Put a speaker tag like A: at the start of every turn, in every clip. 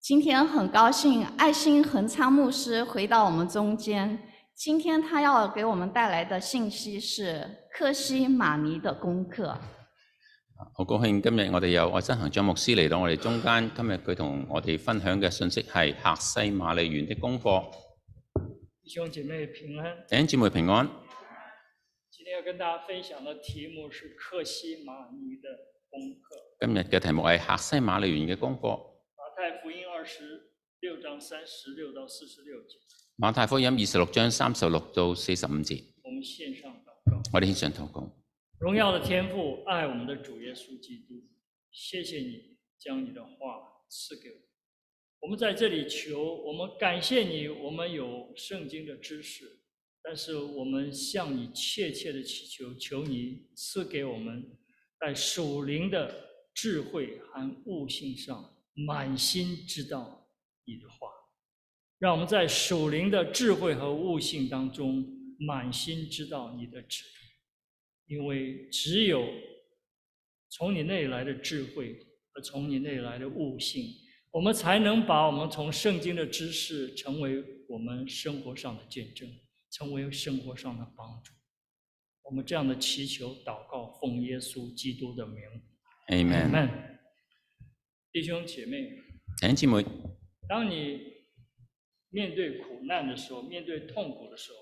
A: 今天很高兴爱心恒昌牧师回到我们中间。今天他要给我们带来的信息是克西玛尼的功课。
B: 好高興今日我哋有愛新行張牧師嚟到我哋中間，今日佢同我哋分享嘅信息係客西馬利園的功課。
C: 弟兄姐妹平安，
B: 弟兄姊妹平安，
C: 今天要跟大家分享的题目是克西马尼的功课，
B: 今日嘅題目係客西馬利園嘅功課。
C: 马太福音二十六章三十六到四十六节。
B: 馬太福音二十六章三十六到四十五節，
C: 我们线上祷告，
B: 我哋獻上禱告。
C: 荣耀的天父，爱我们的主耶稣基督，谢谢你将你的话赐给我们。我们在这里求，我们感谢你，我们有圣经的知识，但是我们向你切切的祈求，求你赐给我们在属灵的智慧和悟性上满心知道你的话，让我们在属灵的智慧和悟性当中满心知道你的旨意，因为只有从你那里来的智慧和从你那里来的悟性，我们才能把我们从圣经的知识成为我们生活上的见证，成为生活上的帮助。我们这样的祈求、祷告，奉耶稣基督的名
B: Amen。
C: ，Amen。弟兄姐妹，
B: 弟兄姊妹，
C: 当你面对苦难的时候，面对痛苦的时候，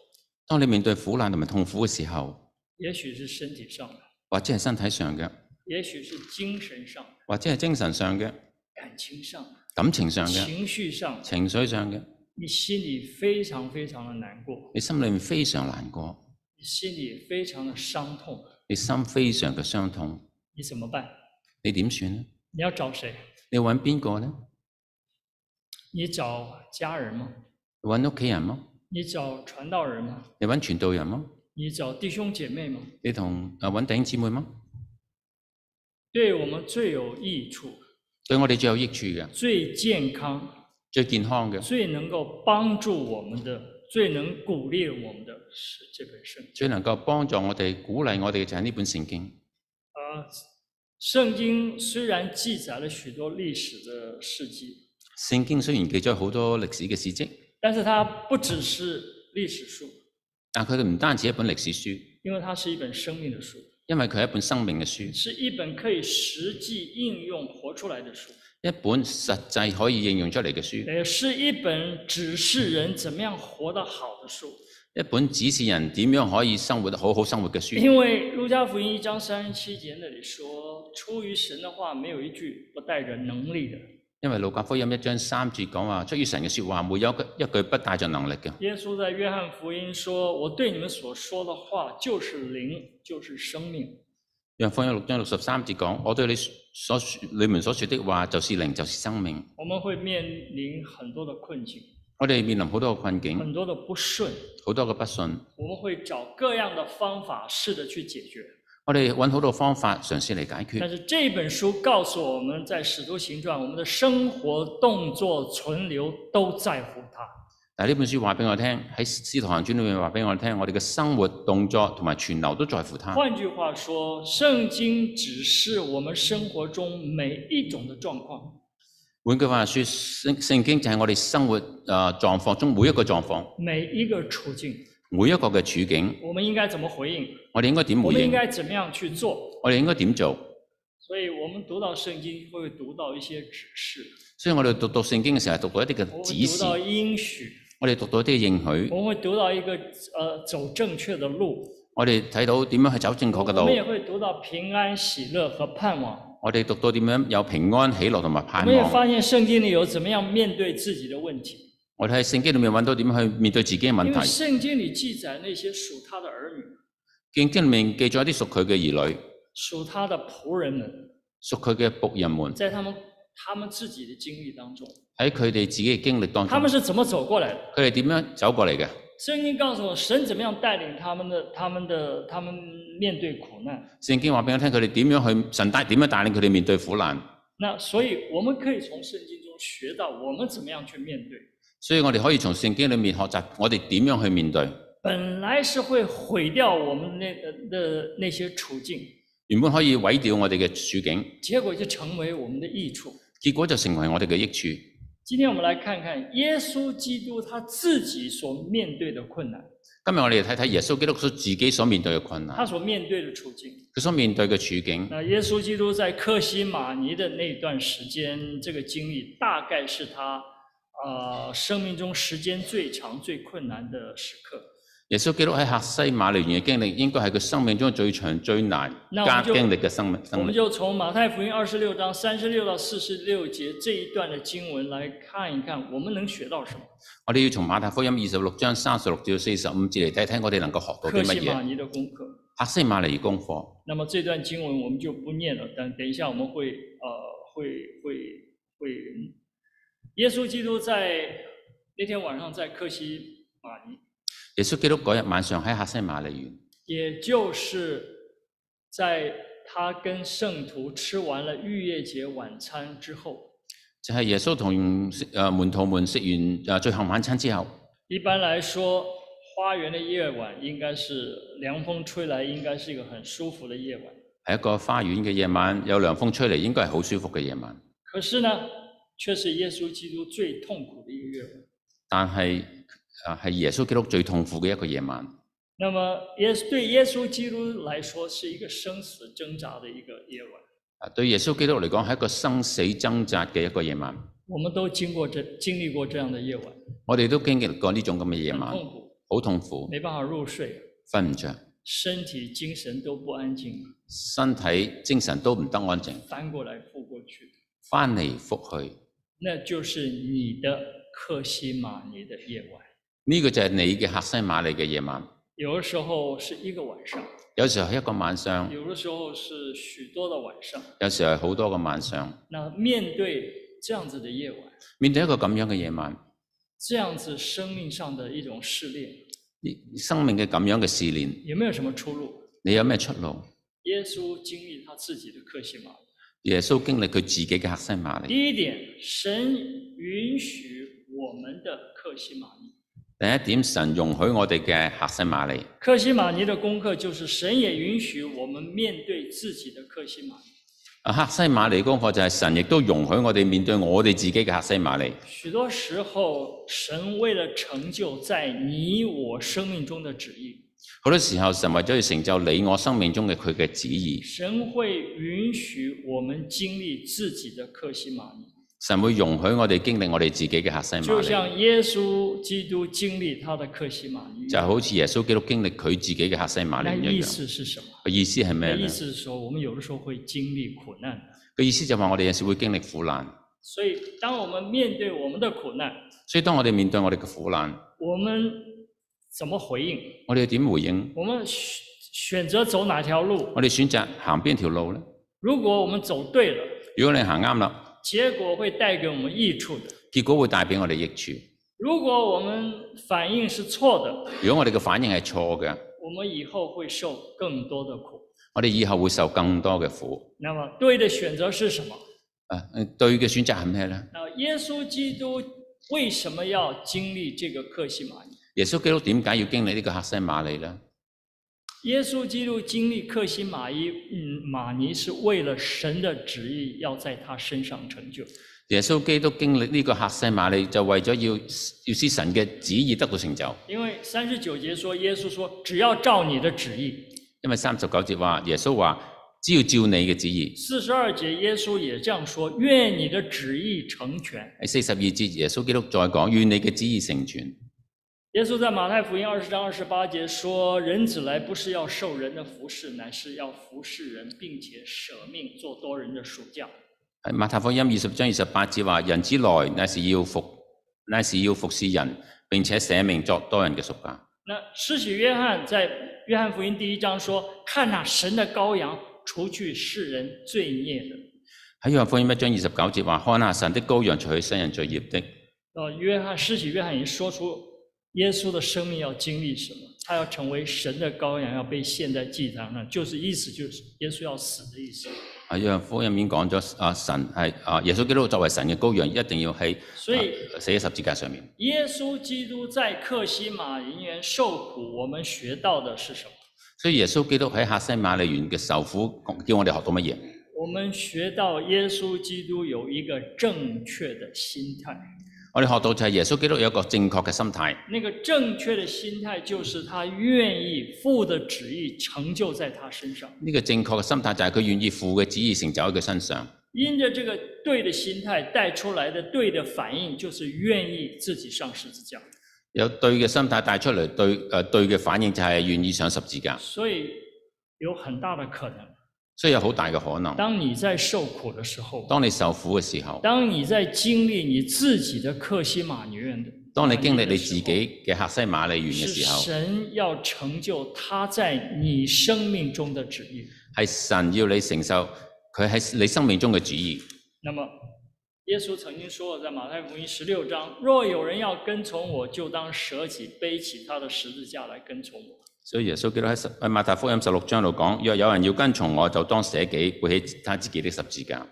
B: 當你面對苦難同埋痛苦嘅時候，
C: 也许是身体上的，
B: 或者係身體上嘅，
C: 也许是精神上的、
B: 或者係精神上嘅、
C: 感情上的、
B: 感情上嘅、
C: 情绪上的，
B: 情緒上嘅，
C: 你心里非常非常的难过，
B: 你心裏面非常難過，
C: 你心里非常的伤痛，
B: 你心非常嘅傷痛，
C: 你怎么办？
B: 你點算呢？
C: 你要找谁？
B: 你揾邊個呢？
C: 你找家人吗？
B: 你揾屋企人嗎？
C: 你找传道人吗？
B: 你揾傳道人嗎？
C: 你找弟兄姐妹吗？
B: 你同啊揾弟兄姊妹嗎？
C: 对我们最有益处、
B: 對我哋最有益處嘅，
C: 最健康、
B: 最健康嘅，
C: 最能够帮助我们的、最能鼓励我们的是这本圣经。
B: 最能夠幫助我哋、鼓勵我哋嘅就係呢本聖經。
C: 啊，圣经虽然记载了许多历史的事迹，
B: 聖經雖然記載好多歷史嘅事蹟，
C: 但是它不只是历史书，
B: 但佢哋唔單止係一本歷史書，
C: 因为它是一本生命的书，
B: 因為佢係一本生命嘅書，
C: 是一本可以实际应用活出来的书，
B: 一本實際可以應用出嚟嘅書，
C: 也是一本指示人怎么样活得好的书。
B: 一本指示人點樣可以生活得好好生活嘅書。
C: 因为路加福音一章三十七节那里说，出于神的话没有一句不带着能力的。
B: 因為路加福音一章三節講話，出於神嘅説話，沒有一句不帶着能力嘅。
C: 耶稣在约翰福音说：“我对你们所说的话就是灵，就是生命。”
B: 約翰福音六章六十三節講：我對你所你們所說的話，就是靈，就是生命。
C: 我们会面临很多的困境，
B: 我哋面臨好多嘅困境，
C: 很多的不顺，
B: 好多嘅不信，
C: 我们会找各样的方法试着去解决。
B: 我哋揾好多方法嘗試嚟解
C: 但
B: 決。
C: 是这本书告诉我们在《使徒行传》，我们的生活、动作、存留都在乎它。
B: 但係呢本書話俾我聽，喺《使徒行傳》裏面話俾我聽，我哋嘅生活、動作同埋存留都在乎他。
C: 换句话说，圣经只是我们生活中每一种的状况，
B: 換句話說，聖聖經就係我哋生活誒、呃、狀況中每一個狀況、
C: 每一个处境，
B: 每一個嘅處境，
C: 我们应该怎么回应？
B: 我哋應該點
C: 我
B: 回
C: 们应
B: 應？
C: 该怎么样去做？
B: 我哋應該點做？
C: 所以，我们读到圣经会读到一些指示，
B: 所以我哋讀到聖經嘅時候，讀到一啲
C: 我
B: 嘅
C: 们
B: 指
C: 读
B: 示，
C: 到应许，
B: 我哋讀到一啲嘅應許，
C: 我们会读到一个呃走正确的路，
B: 我哋睇到點樣去走正確嘅
C: 我们也
B: 路，
C: 会读到平安、喜乐和盼望。
B: 我哋讀到點樣有平安、喜樂同埋
C: 我
B: 盼
C: 们也
B: 望。
C: 发现圣经里有怎么样面对自己的问题，
B: 我哋喺聖經裏面揾到點去面對自己嘅問
C: 因为
B: 題。
C: 圣經里記載那些属他的儿女、
B: 聖經裏面記載一啲屬佢嘅兒女，
C: 属他的仆人们，
B: 屬佢嘅仆人們，
C: 在他们他们自己的經歷当中，
B: 喺佢哋自己嘅經歷當中，
C: 他们
B: 佢
C: 是怎么走过来的？
B: 哋點樣走過嚟嘅？
C: 圣经告诉我，神怎么样带领他们的、他们的、他们面對苦難。
B: 聖經話俾我聽，佢哋點樣去神帶點樣帶領佢哋面對苦難。
C: 那所以我们可以從聖經中學到我们怎么样去面對。
B: 所以我哋可以從聖經裏面學習，我哋點樣去面對。
C: 本来是会毀掉我们那呃的那些處境，
B: 原本可以毀掉我哋嘅處境，
C: 结果就成为我们的益處。
B: 結果就成為我哋嘅益處。
C: 今天我们来看看耶稣基督他自己所面对的困难，
B: 今日我哋睇睇耶穌基督所自己所面對嘅困
C: 他
B: 難，
C: 所面对的处境。
B: 佢所面對嘅處境。
C: 那耶稣基督在克西马尼的那段时间，这个经历大概是他呃生命中时间最长、最困难的时刻。
B: 耶穌基督喺客西馬尼園嘅經歷，應該係佢生命中最長、最難
C: 那我
B: 加
C: 們就
B: 經歷嘅生命
C: 我
B: 生
C: 们
B: 命。
C: 就从马太福音二十六章三十六到四十六节这一段的经文来看一看，我们能学到什么？
B: 我哋要從馬太福音二十六章三十六至四十五節嚟睇睇，我哋能夠學到
C: 克
B: 啲
C: 西
B: 乜
C: 马
B: 嘢？
C: 尼的功课。
B: 客西馬尼功課，
C: 那么这段经文我们就不念了，等等一下我们会呃会会会，嗯耶稣基督在那天晚上在克西马尼，
B: 耶穌基督嗰日晚上喺客西馬尼園，
C: 也就是在他跟圣徒吃完了逾越节晚餐之后，
B: 就係、耶穌同誒門徒們食完誒最後晚餐之後，
C: 一般来说，花园的夜晚应该是凉风吹来，应该是一个很舒服的夜晚。
B: 係一個花園嘅夜晚，有涼風吹嚟，應該係好舒服嘅夜晚。
C: 可是呢，却是耶稣基督最痛苦的一个夜晚。
B: 但係啊係耶穌基督最痛苦嘅一個夜晚。
C: 那么耶稣对耶稣基督来说是一个生死挣扎的一个夜晚，
B: 啊，對耶穌基督嚟講係一個生死掙扎嘅一個夜晚。
C: 我们都经过这经歷過这样的夜晚，
B: 我哋都經歷過呢種咁嘅夜
C: 很
B: 晚，
C: 痛苦，
B: 好痛苦，
C: 没办法入睡，
B: 瞓唔着，
C: 身体精神都不安静，
B: 身體精神都唔得安靜，
C: 翻过来覆过去，
B: 翻嚟覆去。
C: 那就是你的克西马尼的夜晚。
B: 呢、個就係你嘅客西馬尼嘅夜晚。
C: 有的时候是一个晚上，
B: 有時候係一個晚上，
C: 有的时候是许多的晚上。
B: 有時候係好多個晚上。
C: 那面对这样子的夜晚，
B: 面對一個咁樣嘅夜晚，
C: 这样子生命上的一种试炼，
B: 呢生命嘅咁樣嘅試煉，
C: 有没有什么出路？
B: 你有咩出路？
C: 耶稣经历他自己的克西玛。
B: 耶穌經歷佢自己嘅客西馬尼。
C: 第一点，神允许我们的克西玛尼。
B: 第一點，神容許我哋嘅客西馬尼。
C: 克西玛尼的功课就是神也允许我们面对自己的克西玛尼。
B: 啊，客西馬尼功課就係神亦都容許我哋面對我哋自己嘅客西馬尼。
C: 许多时候，神为了成就在你我生命中的旨意，
B: 好多時候，神為咗要成就你我生命中嘅佢嘅旨意，
C: 神会允许我们经历自己的克西玛尼，
B: 神會容許我哋經歷我哋自己嘅客西馬
C: 就
B: 尼，
C: 像耶稣基督经历他的克西玛尼一
B: 就
C: 样。
B: 好似耶穌基督經歷佢自己嘅客西馬
C: 那
B: 尼一
C: 意
B: 樣。
C: 思是什么？
B: 個意思係咩
C: 那意
B: 呢？
C: 思是说，我們有的時候會經歷苦難，
B: 個意思就話我哋有時會經歷苦難，
C: 所以當我們面對我們的苦難，
B: 所以當我哋面對我哋嘅苦難，
C: 我們怎麼回應？
B: 我哋要點回應？
C: 我們選選擇走哪條路？
B: 我哋選擇行邊條路呢？
C: 如果我們走對了，
B: 如果你行啱啦，
C: 結果會帶給我們益處的；
B: 結果會帶俾我哋益處；
C: 如果我們反應是錯的，
B: 如果我哋嘅反應係錯嘅，
C: 我們以後會受更多的苦。
B: 我哋以後會受更多嘅苦。
C: 那麼對的選擇是什麼？
B: 啊，對嘅選擇係咩呢？
C: 那耶穌基督為什麼要經歷這個克西瑪尼？
B: 耶穌基督點解要經歷呢個客西馬尼呢？
C: 耶稣基督经历克西马尼，嗯，马尼是为了神的旨意要在他身上成就。
B: 耶穌基督經歷呢個客西馬利，就為咗要要使神嘅旨意得到成就。
C: 因为三十九节说，耶稣说：“只要照你的旨意。
B: 因為三十九節話，耶穌話：只要照你嘅旨意”。
C: 四十二节，耶稣也这样说：“愿你的旨意成全。
B: 喺四十二節，耶穌基督再講：願你嘅旨意成全。”
C: 耶稣在马太福音二十章二十八节说：“人子来不是要受人的服侍，乃是要服侍人，并且舍命做多人的暑假。”
B: 喺馬太福音二十章二十八節話：人之來乃是要服，乃是要服侍人，並且捨命作多人嘅贖價。
C: 那施洗约翰在约翰福音第一章说：“看呐、神的羔羊，除去世人罪孽的。
B: 喺約翰福音一章二十九節話：看下神的羔羊，除去世人罪孽的。”
C: 呃，约翰施洗约翰已经说出耶稣的生命要经历什么，他要成为神的羔羊，要被献在祭坛上，就是意思就是耶稣要死的意思。
B: 啊，約翰福音已經講咗，啊神係啊耶穌基督作為神嘅羔羊，一定要喺
C: 所以
B: 啊死喺十字架上面。
C: 耶稣基督在克西马林园受苦，我们学到的是什么？
B: 所以耶穌基督喺客西馬利園嘅受苦，叫我哋學到乜嘢？
C: 我们学到耶稣基督有一个正确的心态，
B: 我哋學到就係耶穌基督有一個正確嘅心態，
C: 那个正确的心态就是他愿意父的旨意成就在他身上。
B: 呢、個正確嘅心態就係佢願意父嘅旨意成就喺佢身上。
C: 因着这个对的心态带出来的对的反应，就是愿意自己上十字架。
B: 有對嘅心態帶出嚟，對誒、呃、對嘅反應就係願意上十字架，
C: 所以有很大的可能，
B: 所以有好大嘅可能。
C: 当你在受苦的时候，
B: 當你受苦嘅時候，
C: 当你在经历你自己的克西马尼园的，
B: 當你經歷你自己嘅客西馬利園嘅
C: 是
B: 時候，
C: 神要成就他在你生命中的旨意。
B: 係神要你承受佢喺你生命中嘅旨意。
C: 那么，耶稣曾经说过，在马太福音十六章，若有人要跟从我，就当舍己，背起他的十字架来跟從我。
B: 所以耶穌基督喺十喺馬太福音十六章度講：若有人要跟從我，就當捨己，背起他自己的十字架。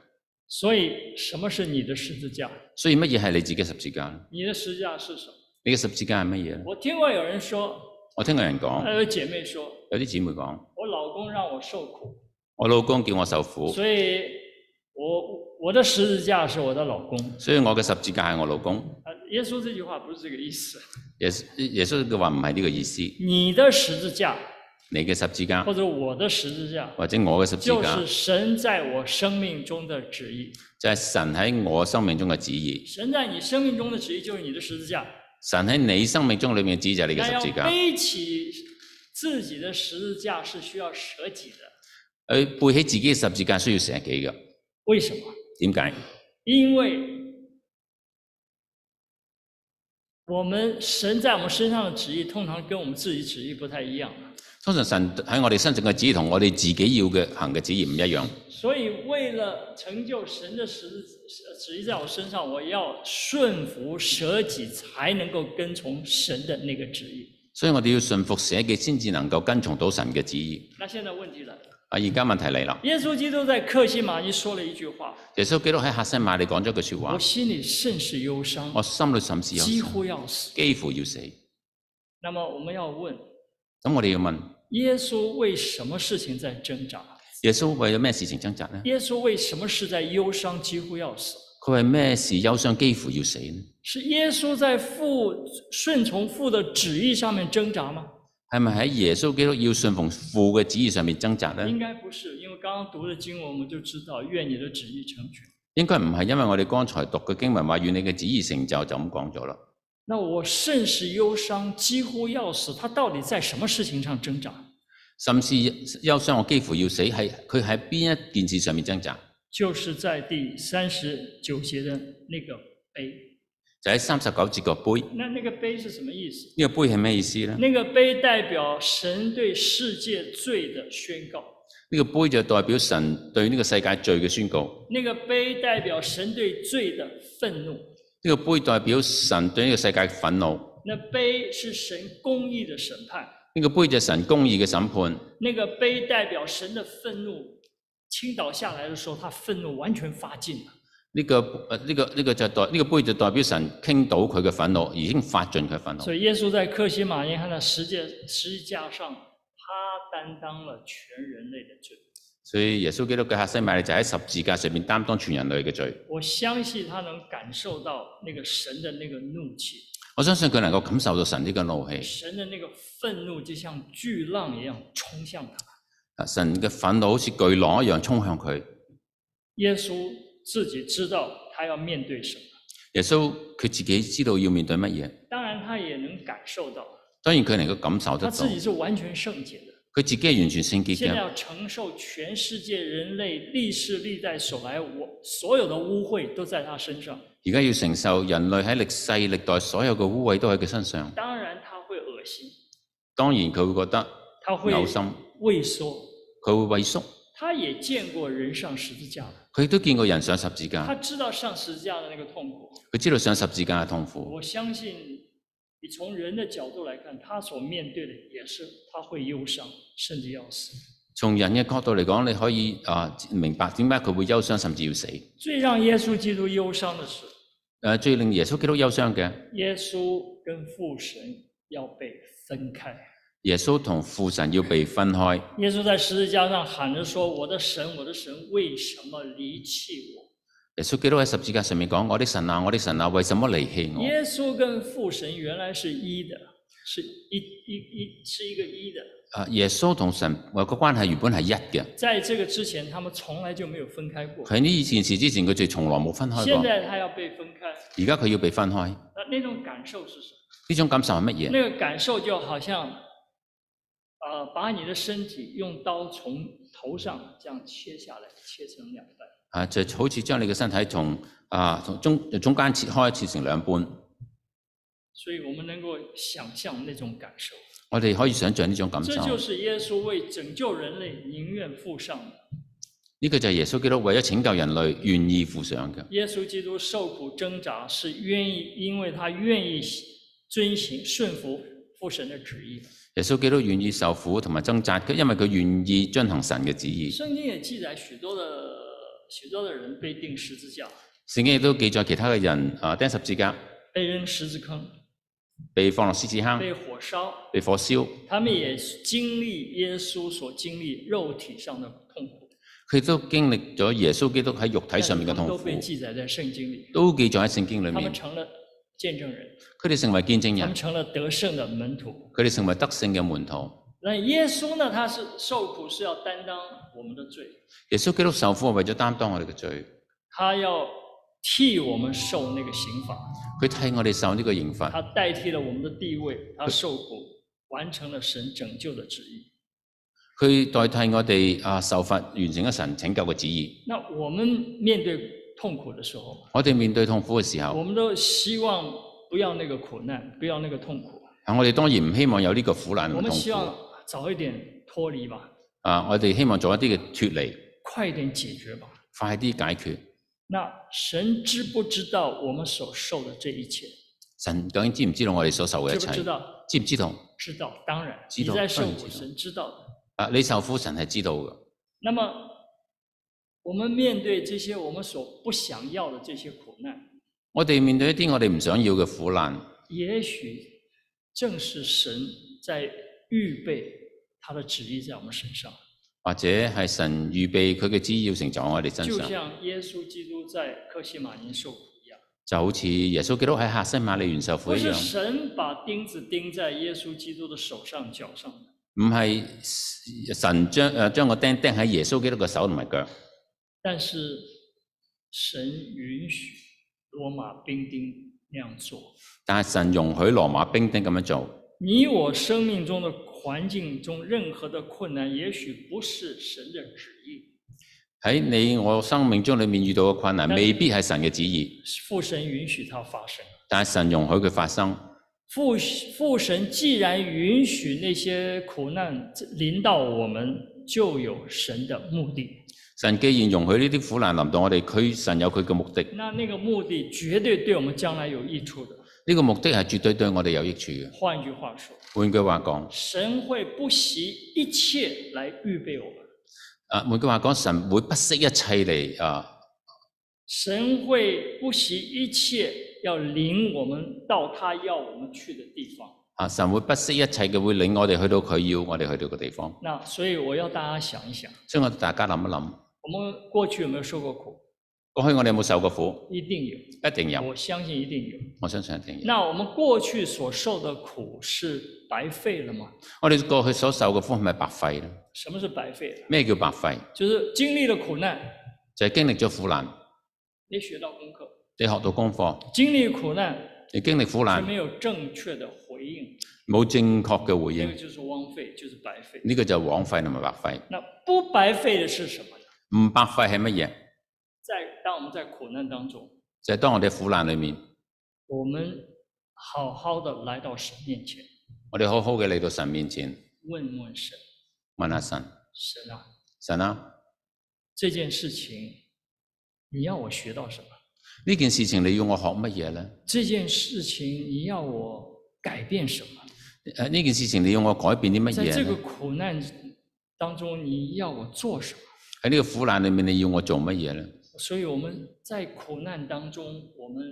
C: 所以，什么是你的十字架？
B: 所以乜嘢係你自己嘅十字架呢？
C: 你的十字架是什么？
B: 你嘅十字架係乜嘢呢？
C: 我听过有人说，
B: 我聽有人
C: 还
B: 講，
C: 有姐妹说，
B: 有啲姊妹講，
C: 我老公让我受苦，
B: 我老公叫我受苦，
C: 所以我我的十字架是我的老公。
B: 所以我嘅十字架係我老公。
C: 啊，耶稣这句话不是这个意思。
B: 耶穌耶穌嘅話唔係呢個意思，
C: 你的十字架
B: 你嘅十字架
C: 或者我的十字架，
B: 或者我嘅十字
C: 就
B: 架
C: 是，神在我生命中的旨意。
B: 就係神喺我生命中嘅旨意。
C: 神在你生命中的旨意就是你的十字架，
B: 神喺你生命中裏面嘅旨意就係你嘅
C: 但
B: 十
C: 要
B: 字架。
C: 背起自己的十字架是需要舍己的。
B: 佢背起自己嘅十字架需要捨己嘅，
C: 为什么？
B: 點解？
C: 因为我们神在我们身上的旨意，通常跟我们自己旨意不太一样，
B: 通常神喺我哋身上嘅旨意同我哋自己要嘅行嘅旨意唔一樣，
C: 所以为了成就神的旨旨意在我身上，我要顺服舍己，才能够跟从神的那个旨意。
B: 所以我哋要順服捨己先至能夠跟從到神嘅旨意。
C: 那现在问题来了，
B: 啊，而家問題嚟啦，
C: 耶稣基督在克西马尼说了一句话，
B: 耶穌基督喺客西馬利講咗句说
C: 我
B: 話，
C: 心里甚是忧伤，
B: 我心裏哦甚是有
C: 几乎要死。
B: 幾乎要死。
C: 那么我们要问，
B: 咁我哋要問
C: 耶稣为什么事情在挣扎？
B: 耶穌為咗咩事情掙扎呢？
C: 耶稣为什么是在忧伤，几乎要死？
B: 佢為咩事憂傷，幾乎要死呢？
C: 是耶稣在父顺从父的旨意上面挣扎吗？
B: 係咪喺耶穌基督要信奉父嘅旨意上面掙扎呢？
C: 应该不是，因为刚刚读的经文我们就知道，愿你的旨意成全。
B: 應該唔係，因為我哋剛才讀嘅經文話願你嘅旨意成就就咁講咗啦。
C: 那我甚是忧伤，几乎要死。他到底在什么事情上挣扎？
B: 甚至憂傷，我幾乎要死，係佢喺邊一件事上面掙扎？
C: 就是在第三十九节的那个杯。
B: 就喺三十九節個杯。呢、
C: 那那个杯是什么意思？
B: 個杯係咩意思呢？呢、
C: 那个杯代表神对世界罪的宣告，
B: 個杯就代表神對呢個世界罪嘅宣告。呢、
C: 那个杯代表神对罪的愤怒。
B: 個杯代表神對呢個世界嘅憤怒。呢、
C: 那杯是神公义的审判，
B: 個杯就係神公義嘅審判。
C: 那个杯代表神的愤怒倾倒下来的时候，他愤怒完全发尽了。
B: 呢、個呃呢、個呢、個就代呢、個杯就代表神傾倒佢嘅憤怒，已經發盡佢憤怒。
C: 所以耶稣在克西马尼汉的十字十字架上，他担当了全人类的罪。
B: 所以耶穌基督嘅客西馬利就喺十字架上面擔當全人類嘅罪。
C: 我相信他能感受到那个神的那个怒气，
B: 我相信佢能夠感受到神呢個怒氣，
C: 神的那个愤怒就像巨浪一样冲向他。
B: 啊神嘅憤怒好似巨浪一樣衝向佢。
C: 耶稣自己知道他要面对什么，
B: 耶穌佢自己知道要面對乜嘢，
C: 当然他也能感受到，
B: 當然佢能夠感受得到，
C: 他自己
B: 佢
C: 是完全圣洁的。
B: 自己係完全聖潔
C: 现在
B: 嘅，
C: 要承受全世界人类历世历代所来我所有的污秽都在他身上，
B: 而家要承受人類喺歷世歷代所有嘅污穢都喺佢身上。
C: 当然他会恶心，
B: 當然佢會覺得
C: 他会
B: 嘔心，
C: 畏缩，
B: 佢會畏縮，
C: 他也見過人上十字架了，
B: 佢都見過人上十字
C: 他
B: 架，
C: 知道上十字架的那个痛苦。
B: 佢知道上十字架嘅痛苦。
C: 我相信，你从人的角度来看，他所面对的也是他会忧伤，甚至要死。
B: 從人嘅角度嚟講，你可以啊明白點解佢會憂傷，甚至要死。
C: 最让耶稣基督忧伤的是，
B: 誒最令耶穌基督憂傷嘅，
C: 耶稣跟父神要被分开。
B: 而耶穌同父神要被分開。
C: 耶稣在十字架上喊着说：“我的神，我的神，为什么离弃我
B: 耶穌基督喺十字架上面講：我的神啊，我的神啊，為什麼離棄？”我？
C: 耶稣跟父神原来是一的，是一一一是一个一的。
B: 啊，耶穌同神個關係原本係一嘅。
C: 在这个之前，他们从来就没有分开过。
B: 喺呢件事之前，佢哋從來冇分開
C: 现
B: 過。
C: 在他要被分开，
B: 而家佢要被分開，
C: 那那种感受是什么？
B: 呢種感受係乜嘢？
C: 那个感受就好像，呃，把你的身体用刀从头上这样切下来，切成两半。
B: 啊，就好似將你嘅身體從啊從中中間切開，切成兩半。
C: 所以我们能够想象那种感受，
B: 我哋可以想象呢種感受。
C: 这就是耶稣为拯救人类宁愿付上的。
B: 呢個就係耶穌基督為咗拯救人類願意付上嘅。
C: 耶稣基督受苦挣扎是愿意，因为他愿意遵行顺服父神的旨意。
B: 耶穌基督願意受苦同埋掙扎嘅，因為佢願意遵行神嘅旨意。
C: 圣经也记载许多的许多的人被钉十字架，
B: 聖經亦都記載其他嘅人啊釘十字架，
C: 被扔十字坑，
B: 被放落獅子坑，
C: 被火烧，
B: 被火燒。
C: 他们也经历耶稣所经历肉体上的痛苦，
B: 佢都經歷咗耶穌基督喺肉體上面嘅
C: 但
B: 痛
C: 是他们
B: 苦
C: 都，被记载在圣经里。
B: 都記載喺聖經裏
C: 他
B: 面
C: 们。成了见证人，
B: 佢哋成為見證
C: 他们
B: 人，
C: 成了得胜的门徒。
B: 佢哋成為得勝嘅門徒。
C: 那耶稣呢？他是受苦是要担当我们的罪，
B: 耶穌基督受苦係為咗擔當我哋嘅罪，
C: 他要替我们受那个刑罚，
B: 佢替我哋受呢個刑罰，
C: 他代替了我们的地位，他受苦，完成了神拯救的旨意。
B: 佢代替我哋啊受罰，完成咗神拯救嘅旨意。
C: 那我们面对痛苦的时候，
B: 我哋面對痛苦嘅時候
C: 我，们都希望不要那个苦难，不要那个痛苦，
B: 啊，我哋當然唔希望有呢個苦難
C: 我
B: 同
C: 们
B: 痛
C: 希
B: 苦
C: 望。早一点脱离吧，
B: 啊，我哋希望做一啲嘅脱離，
C: 快一点解决吧。
B: 快啲解決。
C: 那神知不知道我们所受的这一切？
B: 神究竟知唔知道我哋所受嘅一
C: 知不知
B: 切？
C: 道？
B: 知唔知道？
C: 知道，当然，
B: 知
C: 你
B: 道
C: 在受
B: 当然
C: 苦，
B: 知道
C: 神知道的。
B: 啊，你受苦神係知道嘅。
C: 那么，我们面对这些我们所不想要的这些苦难，
B: 我哋面對一啲我哋唔想要嘅苦難，
C: 也许正是神在预备他的旨意在我们身上，
B: 或者係神預備佢嘅旨意要成就喺我哋身
C: 就啊
B: 上，
C: 像耶稣基督在克西马尼受苦一样，
B: 就好似耶穌基督喺客西馬利園受苦
C: 不
B: 一
C: 是
B: 樣。
C: 神把钉子钉在耶稣基督的手上脚上的，
B: 唔係神呃將誒將個釘釘喺耶穌基督嘅手同埋腳，
C: 但是神允许罗马兵丁那样做。
B: 但係神容許羅馬兵丁咁樣做。
C: 你我生命中的环境中任何的困难，也许不是神的旨意，
B: 喺你我生命中裏面遇到嘅困難，
C: 但
B: 未必係神嘅旨意，
C: 父神允许它发生。
B: 但係神容許佢發生。
C: 父父神既然允许那些苦难临到我们，就有神的目的。
B: 神既然容許呢啲苦難臨到我哋，佢神有佢嘅目的，呢、
C: 那那个目的绝对对我们将来有益处的。
B: 個目的係絕對對我哋有益處嘅。
C: 换句话说，
B: 換句話講，
C: 神会不惜一切来预备我们，
B: 啊換句話講，神會不惜一切嚟啊
C: 神会不惜一切要领我们到他要我们去的地方。
B: 啊！神會不惜一切嘅，會領我哋去到佢要我哋去到嘅地方。
C: 那所以我要大家想一想，
B: 所以我哋大家諗一諗，
C: 我们过去有没有受过苦？
B: 過去我哋有冇受過苦？
C: 一定有，
B: 一定有，
C: 我相信一定有。
B: 我相信一定有。
C: 那我们过去所受的苦是白费了吗？
B: 我哋過去所受嘅苦係咪白費咧？
C: 什么是白费了？
B: 咩叫白費？
C: 就是经歷了苦难，
B: 就係、經歷咗苦難，
C: 没學到功课；
B: 你學到功課，
C: 经历苦难
B: 你經歷苦
C: 却
B: 難，
C: 没有正确的回应，
B: 冇正確嘅回
C: 这
B: 應，
C: 个
B: 呢、
C: 就是枉费，就是白费。
B: 個就係枉費同埋白費。
C: 那不白费的是什么呢？
B: 唔白費係乜嘢？
C: 在当我们在苦难当中，
B: 就係、當我哋喺苦難裏面，
C: 我们好好的来到神面前，
B: 我哋好好嘅嚟到神面前，
C: 问问神：
B: 問下神，
C: 神啊，
B: 神啊，
C: 这件事情，你要我学到什么？
B: 呢件事情你要我學乜嘢呢？
C: 这件事情你要我改变什么？
B: 誒呢件事情你要我改變啲乜
C: 在
B: 嘢
C: 这个
B: 呢？
C: 苦难当中，你要我做什么？
B: 喺呢個苦難裏面，你要我做乜嘢呢？
C: 所以我们在苦难当中，我们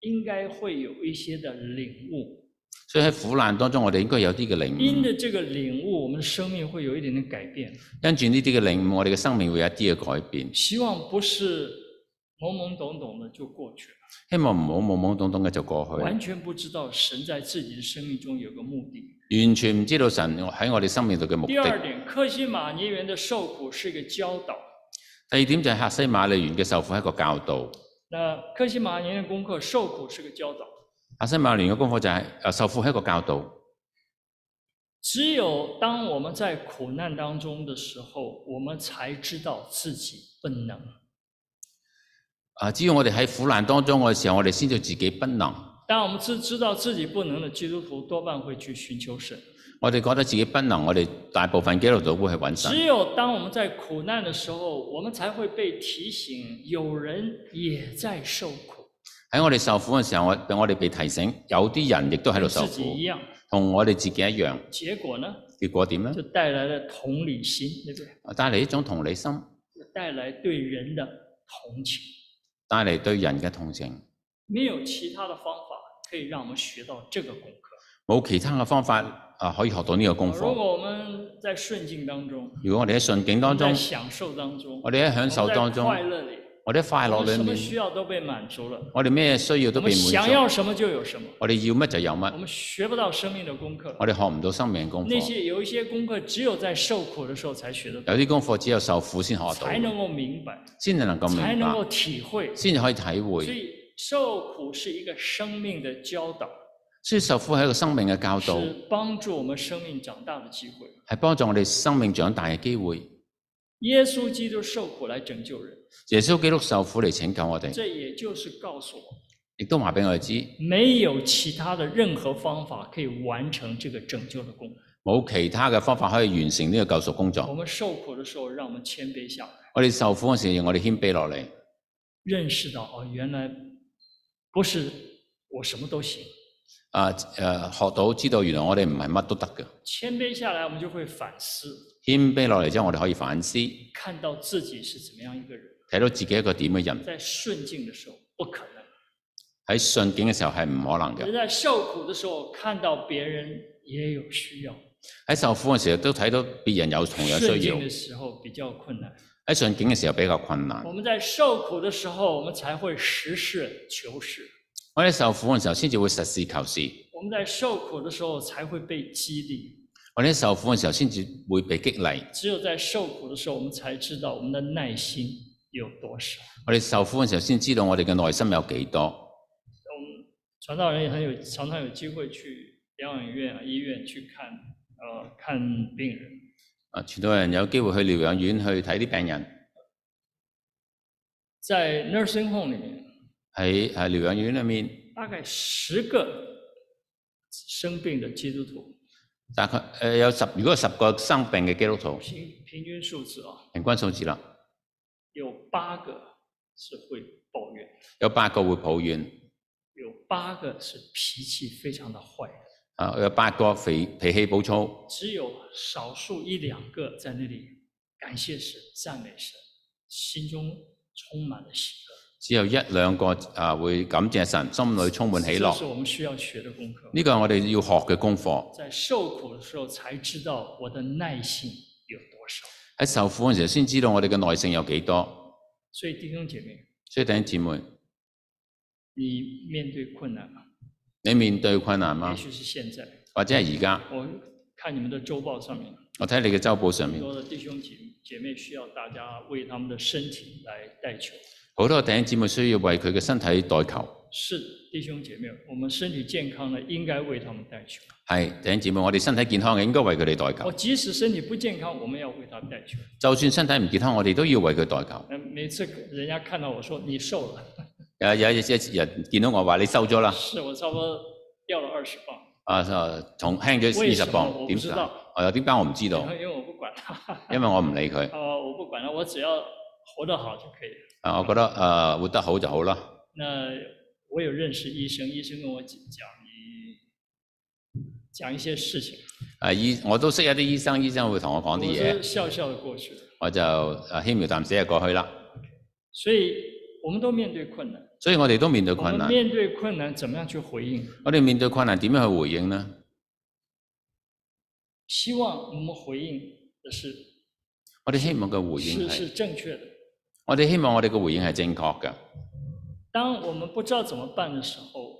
C: 应该会有一些的领悟。
B: 所以喺苦難當中，我哋應該有啲嘅領
C: 因
B: 悟，
C: 着这个领悟，我们的生命会有一点点改变。
B: 因住呢啲嘅領悟，我哋嘅生命會有一啲嘅改變。
C: 希望不是懵懵懂懂的就过去了，
B: 希望唔好懵懵懂懂嘅就過去，
C: 完全不知道神在自己的生命中有个目的。
B: 完全唔知道神喺我哋生命度嘅目
C: 第
B: 的。
C: 二点，克西马尼园的受苦是一个教导。
B: 第二點就係客西馬利園嘅受苦係一個教導。
C: 那克西马尼园的功课，受苦是个教导。
B: 客西馬利園嘅功課就係、呃受苦係一個教導。
C: 只有当我们在苦难当中的时候，我们才知道自己不能。
B: 啊，只要我哋喺苦難當中嘅時候，我哋先至自己不能。
C: 当我们知知道自己不能的基督徒，多半会去寻求神。
B: 我哋覺得自己不能，我哋大部分基督徒會去揾神。
C: 只有当我们在苦难的时候，我们才会被提醒，有人也在受苦，
B: 喺我哋受苦嘅時候，我我哋被提醒，有啲人亦都喺度
C: 跟
B: 受
C: 自己
B: 苦
C: 一，样。
B: 同我哋自己一樣。
C: 结果呢，
B: 結果點呢
C: 就？带来了同理心，对不对？
B: 帶嚟一種同理心，
C: 带来对人的同情。
B: 帶嚟對人嘅同情。
C: 没有其他的方法可以让我们学到这个功课。
B: 冇其他嘅方法啊，可以學到呢個功
C: 如
B: 課。
C: 果我們在順境當中，
B: 如果我哋喺順境
C: 我
B: 當
C: 們在
B: 中，
C: 享受當中，
B: 我哋喺享受當中
C: 我們在快樂里，
B: 我哋喺快
C: 我
B: 樂
C: 們
B: 裏
C: 什麼
B: 面，
C: 需要都被滿足了，
B: 我哋咩需要
C: 我
B: 都被
C: 們
B: 滿
C: 想
B: 足。啊
C: 要什麼就有什麼，
B: 我哋要乜就有
C: 我
B: 乜，
C: 們學不到生命的功課。
B: 我哋學唔到生命嘅功
C: 那
B: 課。
C: 些有一些功課，只有在受苦的时候才學得到，
B: 有啲功課只有受苦先學得
C: 才
B: 到，
C: 能夠明白，
B: 先至能夠
C: 才
B: 明
C: 能夠
B: 白，
C: 體會。
B: 先至可以體
C: 所
B: 會。
C: 以受苦是一個生命的教導，
B: 所以受苦係一個生命嘅教導，
C: 是幫助我們生命長大的機會。
B: 係幫助我哋生命長大嘅機會。
C: 耶穌基督受苦來拯救人，
B: 耶穌基督受苦嚟拯救我哋，
C: 这也就是告訴我们。
B: 亦都話俾我哋知，
C: 没有其他的任何方法可以完成这个拯救的功夫。
B: 冇其他嘅方法可以完成呢個救贖工
C: 我
B: 作。
C: 们受苦的时候，让我们谦卑下来，
B: 我哋受苦嗰時，我哋謙卑落嚟，
C: 认识到哦，原来不是我什么都行。
B: 啊誒、呃、學到知道原來我哋唔係乜都得嘅。
C: 谦卑下来，我们就会反思，
B: 謙卑落嚟之後，我哋可以反思，睇
C: 看到自己是怎么样一个人，
B: 到自己一個點嘅人
C: 在顺境的时候不可能，
B: 喺順境嘅時候係唔可能
C: 可是
B: 嘅，
C: 在受苦的时候看到别人也有需要，
B: 喺受苦嘅時候都睇到別人有同樣
C: 顺
B: 需要
C: 境。的时候比较困难。
B: 喺順境嘅時候比較困難
C: 我，们在受苦的时候，我们才会实事求是。
B: 我哋受苦嘅時候先至會實事求是，
C: 我们在受苦的时候才会被激励，
B: 我哋受苦嘅時候先至會被激勵，
C: 只有在受苦的时候，我们才知道我们的耐心有多少。
B: 我哋受苦嘅時候先知道我哋嘅內心有幾多。
C: 传道人也很有常常有机会去疗养院啊、医院去看呃看病人，
B: 啊，傳道人有機會去療養院去睇啲病人，
C: 在 nursing home 里面，
B: 喺喺療養院裏面，
C: 大概十个生病的基督徒，
B: 大概誒、呃有十，如果有十個生病嘅基督徒，
C: 平平均数字啊，
B: 平均數字啦，
C: 有八个是会抱怨，
B: 有八個會抱怨，
C: 有八个是脾气非常的坏，
B: 啊，有八個肥脾氣暴躁，
C: 只有少数一两个在那里感谢神、赞美神，心中充满了喜乐。
B: 只有一兩個啊會感謝神，心裏充滿喜
C: 这是
B: 樂。
C: 我们需要学的功课。
B: 呢個係我哋要學嘅功課。
C: 在受苦的时候才知道我的耐性有多少。
B: 喺受苦嘅時候先知道我哋嘅耐性有幾多。
C: 所以弟兄姐妹，
B: 所以弟兄姊妹，
C: 你面对困难吗？
B: 你面對困難嗎
C: 也？许是现在，
B: 或者係而家？
C: 我看你们的周报上面，
B: 我睇你嘅周報上
C: 很
B: 面，
C: 多的弟兄姐姐妹需要大家为他们的身体来代求。
B: 好多弟兄姊妹需要為佢嘅身體代求。
C: 是弟兄姐妹，我们身体健康了，应该为他们代求。
B: 係弟兄姊妹，我哋身體健康嘅應該為佢哋代
C: 我
B: 求。
C: 哦即使身体不健康，我们要为他们代求。
B: 就算身體唔健康，我哋都要為佢代求。
C: 嗯，每次人家看到我说你瘦了，
B: 有有有有人見到我話你收咗啦，
C: 是我差不多掉了二十磅，
B: 啊啊，從輕咗
C: 為
B: 二
C: 什
B: 十
C: 麼我
B: 磅，
C: 唔
B: 點
C: 知
B: 解？
C: 道
B: 我又點解我唔知
C: 然
B: 道
C: 后？因为我不管他，
B: 因為我唔理佢。
C: 呃，我不管了，我只要活得好就可以了。
B: 啊，我覺得誒、呃活得好就好啦。
C: 那我有认识医生，医生跟我讲你讲一些事情，
B: 啊醫我都識一啲醫生，醫生會同我
C: 我
B: 講啲
C: 是
B: 嘢，啊
C: 笑笑的过去了。
B: 我就誒輕描淡寫就過去啦。
C: 所以我们都面对困难，
B: 所以我哋都面對
C: 我
B: 困
C: 们
B: 難。
C: 面對困難怎麼樣去回應？
B: 我哋面對困難點樣去回應呢？
C: 希望我們回應的是
B: 我哋希望嘅回應
C: 是
B: 係
C: 是，正確的。
B: 我哋希望我哋嘅回應係正確嘅。
C: 當我們不知道怎麼辦的時候，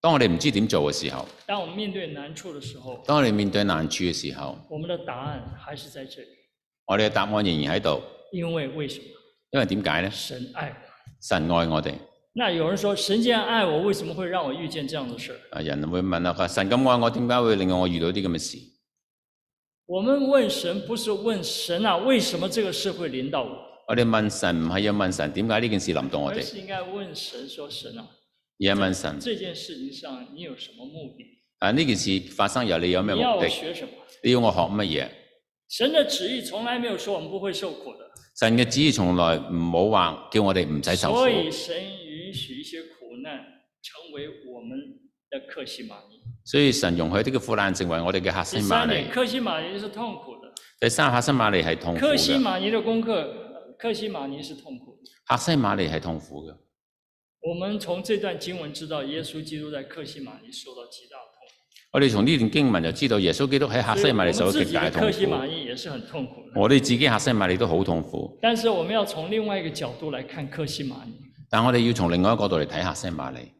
B: 當我哋唔知點做嘅時候，
C: 當我們面對難處的時候，
B: 當我哋面對難處嘅時候，
C: 我們的答案還是在這裡。
B: 我哋嘅答案仍然喺度，
C: 因為為什麼？
B: 因為點解呢？
C: 神愛我。
B: 神愛我哋。
C: 那有人說，神既然愛我，為什麼會讓我遇見這樣的事兒？
B: 啊，人會問啦，佢話神咁愛我，點解會令我遇到啲咁嘅事？
C: 我們問神，不是問神啊，為什麼這個事會臨到我？
B: 我哋問神唔係要問神點解呢件事臨到我
C: 而
B: 哋，
C: 是應該問神說，神啊，
B: 而係問神
C: 這件事情上你有什麼目的？
B: 啊呢件事發生由你有咩
C: 你要
B: 目
C: 我
B: 的？
C: 學什麼？
B: 你要我學乜嘢？
C: 神的旨意從來沒有說我們不會受苦的，
B: 神嘅旨意從來唔好話叫我哋唔使受苦
C: 所，以神允許一些苦難成為我們的克西玛尼。
B: 所以神容許呢個苦難成為我哋嘅客
C: 第
B: 西馬
C: 三
B: 尼
C: 點，。克西玛尼是痛苦的，
B: 第三，客西馬尼係痛苦
C: 克西
B: 嘅，
C: 玛尼的功課，呃克西玛尼是痛苦的。
B: 客西馬尼係痛苦嘅。
C: 我们从这段经文知道，耶稣基督在克西玛尼受到极大的痛苦。
B: 我哋從呢段經文就知道耶穌基督喺客西馬尼受到
C: 所以我们自
B: 極
C: 己
B: 大
C: 的
B: 嘅痛
C: 克西玛
B: 苦。
C: 尼也是很痛苦的。
B: 我哋自己客西馬尼都好痛苦，
C: 但是我们要从另外一个角度来看克西玛尼。
B: 但我哋要從另外一個角度嚟睇客西馬尼。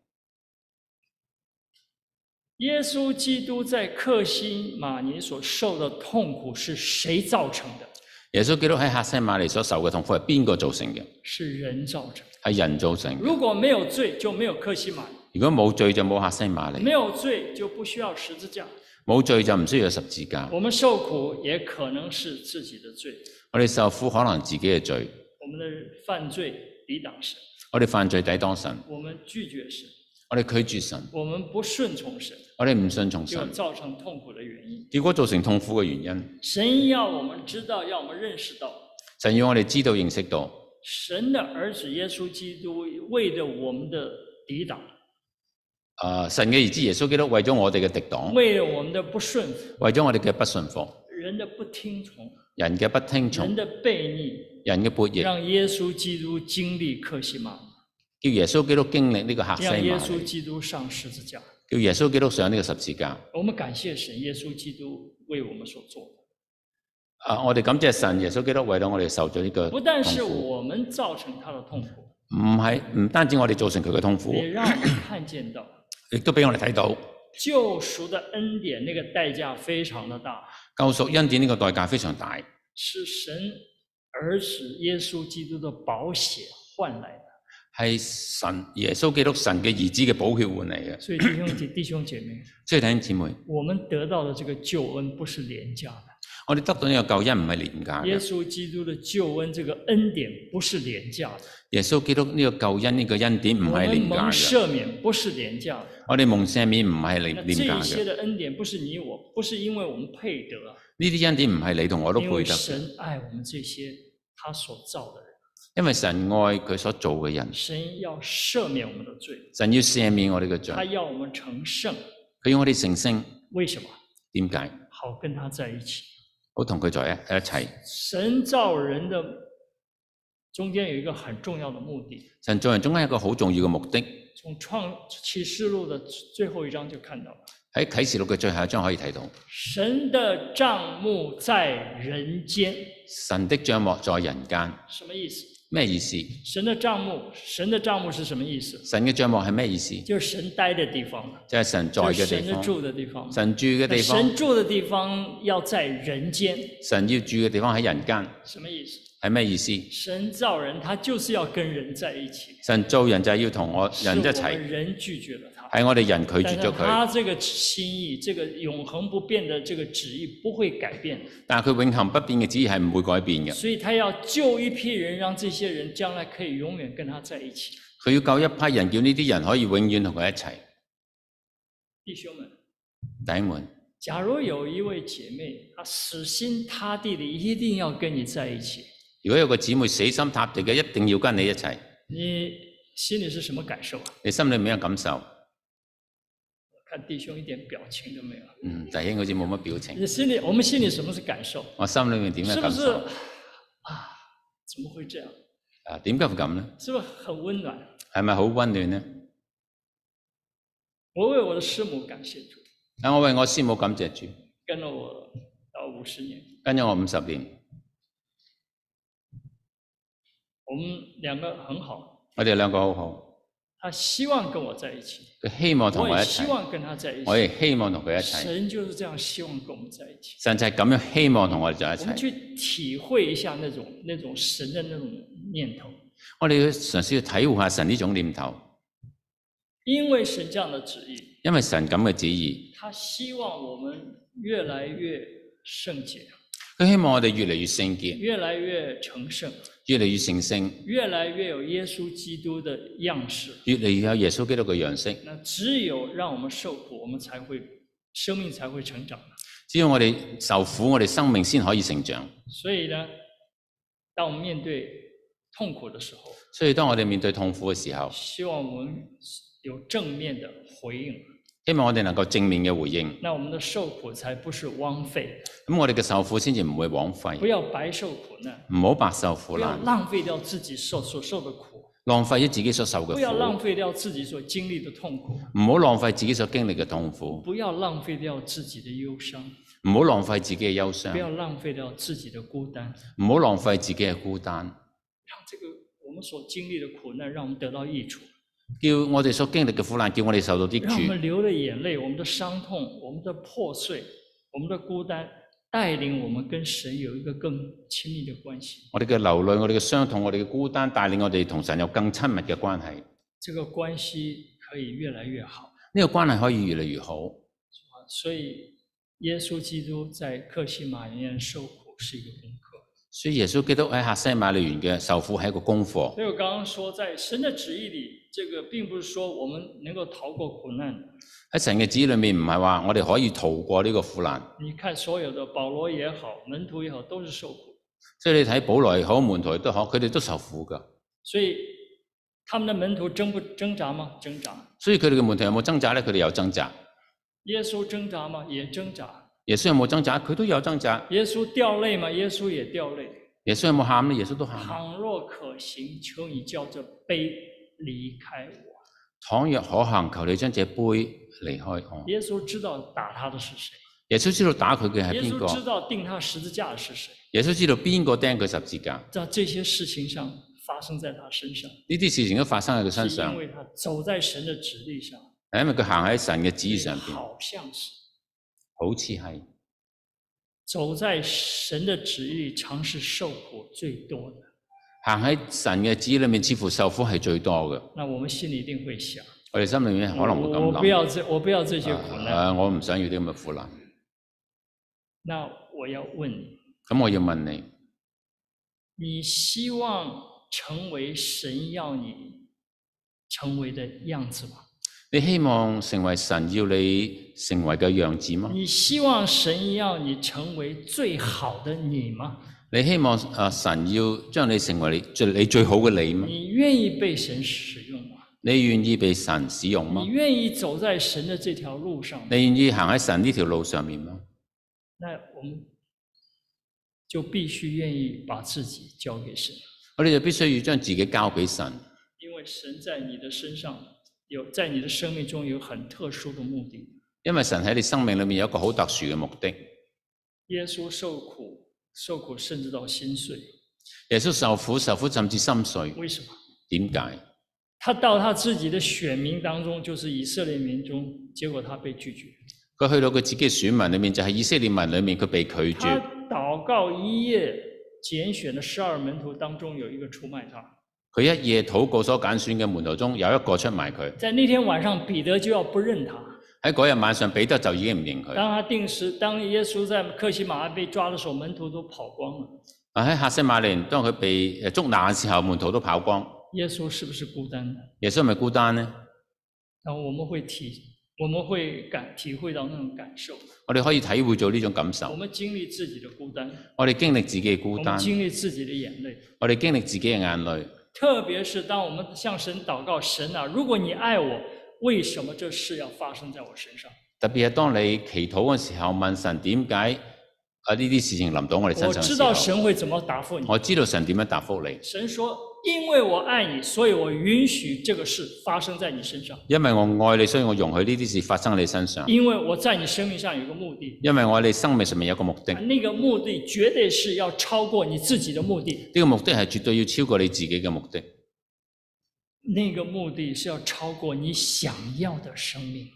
C: 耶稣基督在克西玛尼所受的痛苦是谁造成的？
B: 耶穌基督喺客西馬尼所受嘅痛苦係邊個造成嘅？
C: 是人造成的。
B: 係人造成嘅。
C: 如果没有罪，就没有克西玛尼；
B: 如果冇罪就冇客西馬尼
C: 没，有罪，就不需要十字架。
B: 冇罪就唔需要十字架。
C: 我们受苦也可能是自己的罪，
B: 我哋受苦可能自己嘅罪，
C: 我们的犯罪抵挡神，
B: 我哋犯罪抵擋神，
C: 我们拒绝神，
B: 我哋拒絕神，
C: 我们不顺从神，
B: 我哋唔信從
C: 就
B: 神，
C: 造成痛苦的原因。
B: 結果造成痛苦嘅原因。
C: 神要我们知道，要我们认识到，
B: 神要我哋知道認識到，
C: 神的儿子耶稣基督为了我们的抵挡，
B: 啊、神嘅兒子耶穌基督為咗我哋嘅敵擋，
C: 为了我们的不顺服、
B: 為咗我哋嘅不信服、
C: 人的不听从、
B: 人嘅不聽
C: 人
B: 從、
C: 的悖逆，
B: 人嘅悖逆，
C: 让耶稣基督经历克西玛尼，
B: 叫耶穌基督經歷呢個客西
C: 让耶
B: 馬
C: 稣
B: 尼，
C: 基督上十字架。
B: 叫耶穌基督上呢個十字架。
C: 我们感谢神，耶稣基督为我们所做的。
B: 啊、我哋感謝神，耶穌基督為咗我哋受咗呢個
C: 不
B: 痛
C: 但是
B: 苦，
C: 我们造成他的痛苦，
B: 唔係唔單止我哋造成佢嘅痛苦，
C: 也让我们看见到
B: 亦都俾我哋睇到
C: 救赎的恩典那个代价非常的大，
B: 救贖恩典呢個代價非常大。
C: 是神儿子耶稣基督的宝血换来的。
B: 係神耶穌基督神嘅兒子嘅寶血換嚟嘅。
C: 所以弟兄姐弟兄姐妹，
B: 所以弟兄姊妹，
C: 我们得到的这个救恩不是廉价的，
B: 我哋得到呢個救恩唔係廉價
C: 耶
B: 嘅。
C: 稣基督的救恩这个恩典不是廉价的，
B: 耶穌基督呢個救恩呢、個恩典唔
C: 我
B: 係
C: 们
B: 廉
C: 蒙
B: 價嘅。
C: 赦免不是廉价的。
B: 我哋蒙赦免唔係
C: 那
B: 廉廉
C: 这
B: 價
C: 一些
B: 嘅，
C: 的恩典不是你我，不是因为我们配得，
B: 呢啲恩典唔係你同我都配
C: 因为
B: 得嘅，
C: 神爱我们这些他所造的人，
B: 因為神愛佢所做嘅人，
C: 神要赦免我们的罪，
B: 神要赦免我哋嘅罪，
C: 他要我们成圣。
B: 佢要我哋成聖。
C: 为什么？
B: 點解？
C: 好跟他在一起。
B: 好同佢在一一齊。
C: 神造人的中间有一个很重要的目的，
B: 神做人中間有一個好重要嘅目的，
C: 从创启示录的最后一章就看到了，
B: 喺啟示錄嘅最後一章可以睇到，
C: 神的账目在人间，
B: 神的帳幕在人間，
C: 什么意思？
B: 咩意思？
C: 神的账目，神的账目是什么意思？
B: 神嘅帳幕係咩意思？
C: 就是神待的地方，
B: 就係神在
C: 就
B: 嘅
C: 是神
B: 地
C: 的
B: 方，
C: 住的地方。
B: 神住嘅
C: 那
B: 地方，
C: 神住的地方要在人间，
B: 神要住嘅地方喺人間，
C: 什么意思？
B: 係咩意思？
C: 神造人，他就是要跟人在一起，
B: 神做人就係要同我
C: 是我
B: 人一齊，
C: 们人拒绝了他。
B: 係我哋人拒
C: 但
B: 絕
C: 是
B: 咗佢，
C: 他这个心意，这个永恒不变的这个旨意不会改变，
B: 但係佢永恆不變嘅旨意係唔會改變嘅。
C: 所以他要救一批人，让这些人将来可以永远跟他在一起。
B: 佢要救一批人，叫呢啲人可以永遠同佢一齊。
C: 弟兄们，
B: 弟兄們，
C: 假如有一位姐妹，她死心塌地的一定要跟你在一起，
B: 如果有個姊妹死心塌地嘅，一定要跟你一齊，
C: 你心里是什么感受啊？
B: 你心裏面有感受？
C: 看弟兄一点表情都没有，
B: 嗯，弟兄好似冇乜表情。
C: 你心里我们嗯心里什么是感受？
B: 我心裏面點
C: 是
B: 樣
C: 不
B: 感
C: 是
B: 受？
C: 啊？怎么会这样？
B: 啊，點解會咁呢？
C: 是不是很温暖？
B: 係咪好温暖呢？
C: 我为我的师母感谢主，
B: 啊，我為我師母感謝主，
C: 跟了我到五十年，
B: 跟咗我五十年，
C: 我们两个很好。
B: 我哋兩個好好，
C: 她希望跟我在一起，
B: 佢希望同
C: 我
B: 我一
C: 也希
B: 齊，
C: 望跟她在一
B: 我
C: 起。
B: 亦希望同佢一齊。
C: 神就是这样希望跟我们在一起。
B: 神就係咁樣希望同我哋在一
C: 我们
B: 齊。
C: 去体会一下那种那种神的那种念头，
B: 我哋要嘗試去體會下神呢種念頭，
C: 因为神这样的旨意，
B: 因為神咁嘅旨意，
C: 他希望我们越来越圣洁，
B: 佢希望我哋越嚟越聖潔，
C: 越来越成圣，
B: 越嚟越聖聖，
C: 越来越有耶稣基督的样式。
B: 越嚟越有耶穌基督嘅樣式。
C: 那只有让我们受苦，我们才会生命才会成长。
B: 只要我哋受苦，我哋生命先可以成長。
C: 所以呢，当我们面对痛苦的时候，
B: 所以當我哋面對痛苦嘅時候，
C: 希望我们有正面的回应，
B: 希望我哋能夠正面嘅回應，
C: 那我们的受苦才不是枉费，
B: 咁我哋嘅受苦先至唔會枉
C: 不
B: 費，
C: 要白受苦难。
B: 唔好白受苦
C: 不要
B: 難，
C: 浪费掉自己受所受的苦，
B: 浪費咗自己所受嘅
C: 不要浪
B: 苦，
C: 费掉自己所经历的痛苦，
B: 唔好浪費自己所經歷嘅痛苦，
C: 不要浪费掉自己的忧伤，
B: 唔好浪費自己嘅憂傷
C: 不，要浪费掉自己的孤单，
B: 唔好浪費自己嘅孤單。
C: 让这个我们所经历的苦难让我们得到益处，
B: 叫我哋所經歷嘅苦難，叫我哋受到啲
C: 让我们
B: 主，
C: 流的眼泪、我们的伤痛、我们的破碎、我们的孤单，带领我们跟神有一个更亲密的关系。
B: 我哋嘅流淚、我哋嘅傷痛、我哋嘅孤單，帶領我哋同神有更親密嘅關係。
C: 这个关系可以越来越好。
B: 呢、個關係可以越嚟越好。
C: 啊所以，耶稣基督在克西马尼园受苦是一个功课。
B: 所以耶穌基督喺客西馬利園嘅受苦係一個功課。
C: 所以我刚刚说，在神的旨意里，这个并不是说我们能够逃过苦难的。
B: 喺神嘅旨意裏面，唔係話我哋可以逃過呢個苦難。
C: 你看，所有的保罗也好，门徒也好，都是受苦，
B: 所以你睇保羅也好，門徒亦都好，佢哋都受苦㗎。
C: 所以他们的门徒挣不挣扎吗？挣扎。
B: 所以佢哋嘅門徒有冇掙扎呢？佢哋有掙扎。
C: 耶稣挣扎吗？也挣扎。
B: 耶穌有冇掙扎？佢都有掙扎。
C: 耶稣掉泪吗？耶稣也掉泪。
B: 耶穌有冇喊呢？耶穌都喊。
C: 倘若可行，求你叫这杯离开我。
B: 倘若可行，求你將這杯離開我。
C: 耶稣知道打他的是谁，
B: 耶穌知道打佢嘅係
C: 耶
B: 邊
C: 稣知
B: 個？
C: 道钉他十字架的是谁，
B: 耶穌知道邊個釘佢十字架。
C: 在这些事情上发生在他身上。
B: 呢啲事情都發生喺佢身
C: 是因
B: 上，
C: 为他走在神的旨意上，
B: 係因為佢行喺神嘅旨意上邊，
C: 好像是
B: 好似係
C: 走在神的旨意，常是受苦最多的。
B: 行喺神嘅旨意裏面，似乎受苦係最多嘅。
C: 那我们心里一定会想，
B: 哎我哋心裏面可能會
C: 我
B: 咁
C: 我不
B: 諗，
C: 要这，我不要这些苦难。
B: 啊，我唔想要啲咁嘅苦難。
C: 那我要问你，
B: 咁我要問你，
C: 你希望成为神要你成为的样子吗？
B: 你希望成為神要你成為嘅樣子嗎？
C: 你希望神要你成为最好的你吗？
B: 你希望啊神要將你成為你最你最好嘅你嗎？
C: 你愿意被神使用吗？
B: 你願意被神使用嗎
C: 你？愿意走在神的这条路上吗？
B: 你願意行喺神呢條路上面嗎？
C: 那我们就必须愿意把自己交给神，
B: 我哋就必須要將自己交俾神，
C: 因为神在你的身上有，在你的生命中有很特殊的目的。
B: 因為神喺你生命裏面有一個好特殊嘅目的。
C: 耶稣受苦，受苦甚至到心碎，
B: 耶穌受苦，受苦甚至心碎，
C: 为什么？
B: 點解？
C: 他到他自己的选民当中，就是以色列民中，结果他被拒绝。
B: 佢去到佢自己嘅選民裏面，就係、以色列民裏面，佢被拒
C: 他
B: 絕。
C: 祷告一夜，拣选的十二门徒当中有一个出卖他，
B: 佢一夜禱告所揀選嘅門徒中有一個出賣佢。
C: 在那天晚上，彼得就要不认他。
B: 喺嗰日晚上，彼得就已經唔認佢。
C: 当他定时，当耶稣在克西马被抓的时候，门徒都跑光了。
B: 啊喺客西馬尼園，當佢被呃捉拿嘅時候，門徒都跑光。
C: 耶穌是不是孤单的？
B: 耶穌係咪孤單呢？
C: 然后我们会体，我们会感体会到那种感受。
B: 我哋可以體會到呢種感
C: 我
B: 受。
C: 们经历自己的孤单，
B: 我哋經歷自己嘅
C: 我
B: 孤
C: 们
B: 單，
C: 经历自己的眼泪。
B: 我哋經歷自己嘅眼淚。
C: 特别是当我们向神祷告：“神啊，如果你爱我，为什么这事要发生在我身上？
B: 特別係當你祈禱嘅時候，問神點解啊呢啲事情臨到我哋身
C: 我
B: 上
C: 知
B: 嘅
C: 道
B: 時候，
C: 神会怎么答复你。
B: 我知道神點樣答覆你。
C: 神说：“因为我爱你，所以我允许这个事发生在你身上。
B: 因為我愛你，所以我容許呢啲事發生喺你身上。
C: 因为我在你生命上有个目的，
B: 因為我喺你生命上面有個目的，呢、
C: 那个目的绝对是要超过你自己的目的，
B: 個目的係絕對要超過你自己嘅目的，呢、
C: 那个目的是要超过你想要的生命，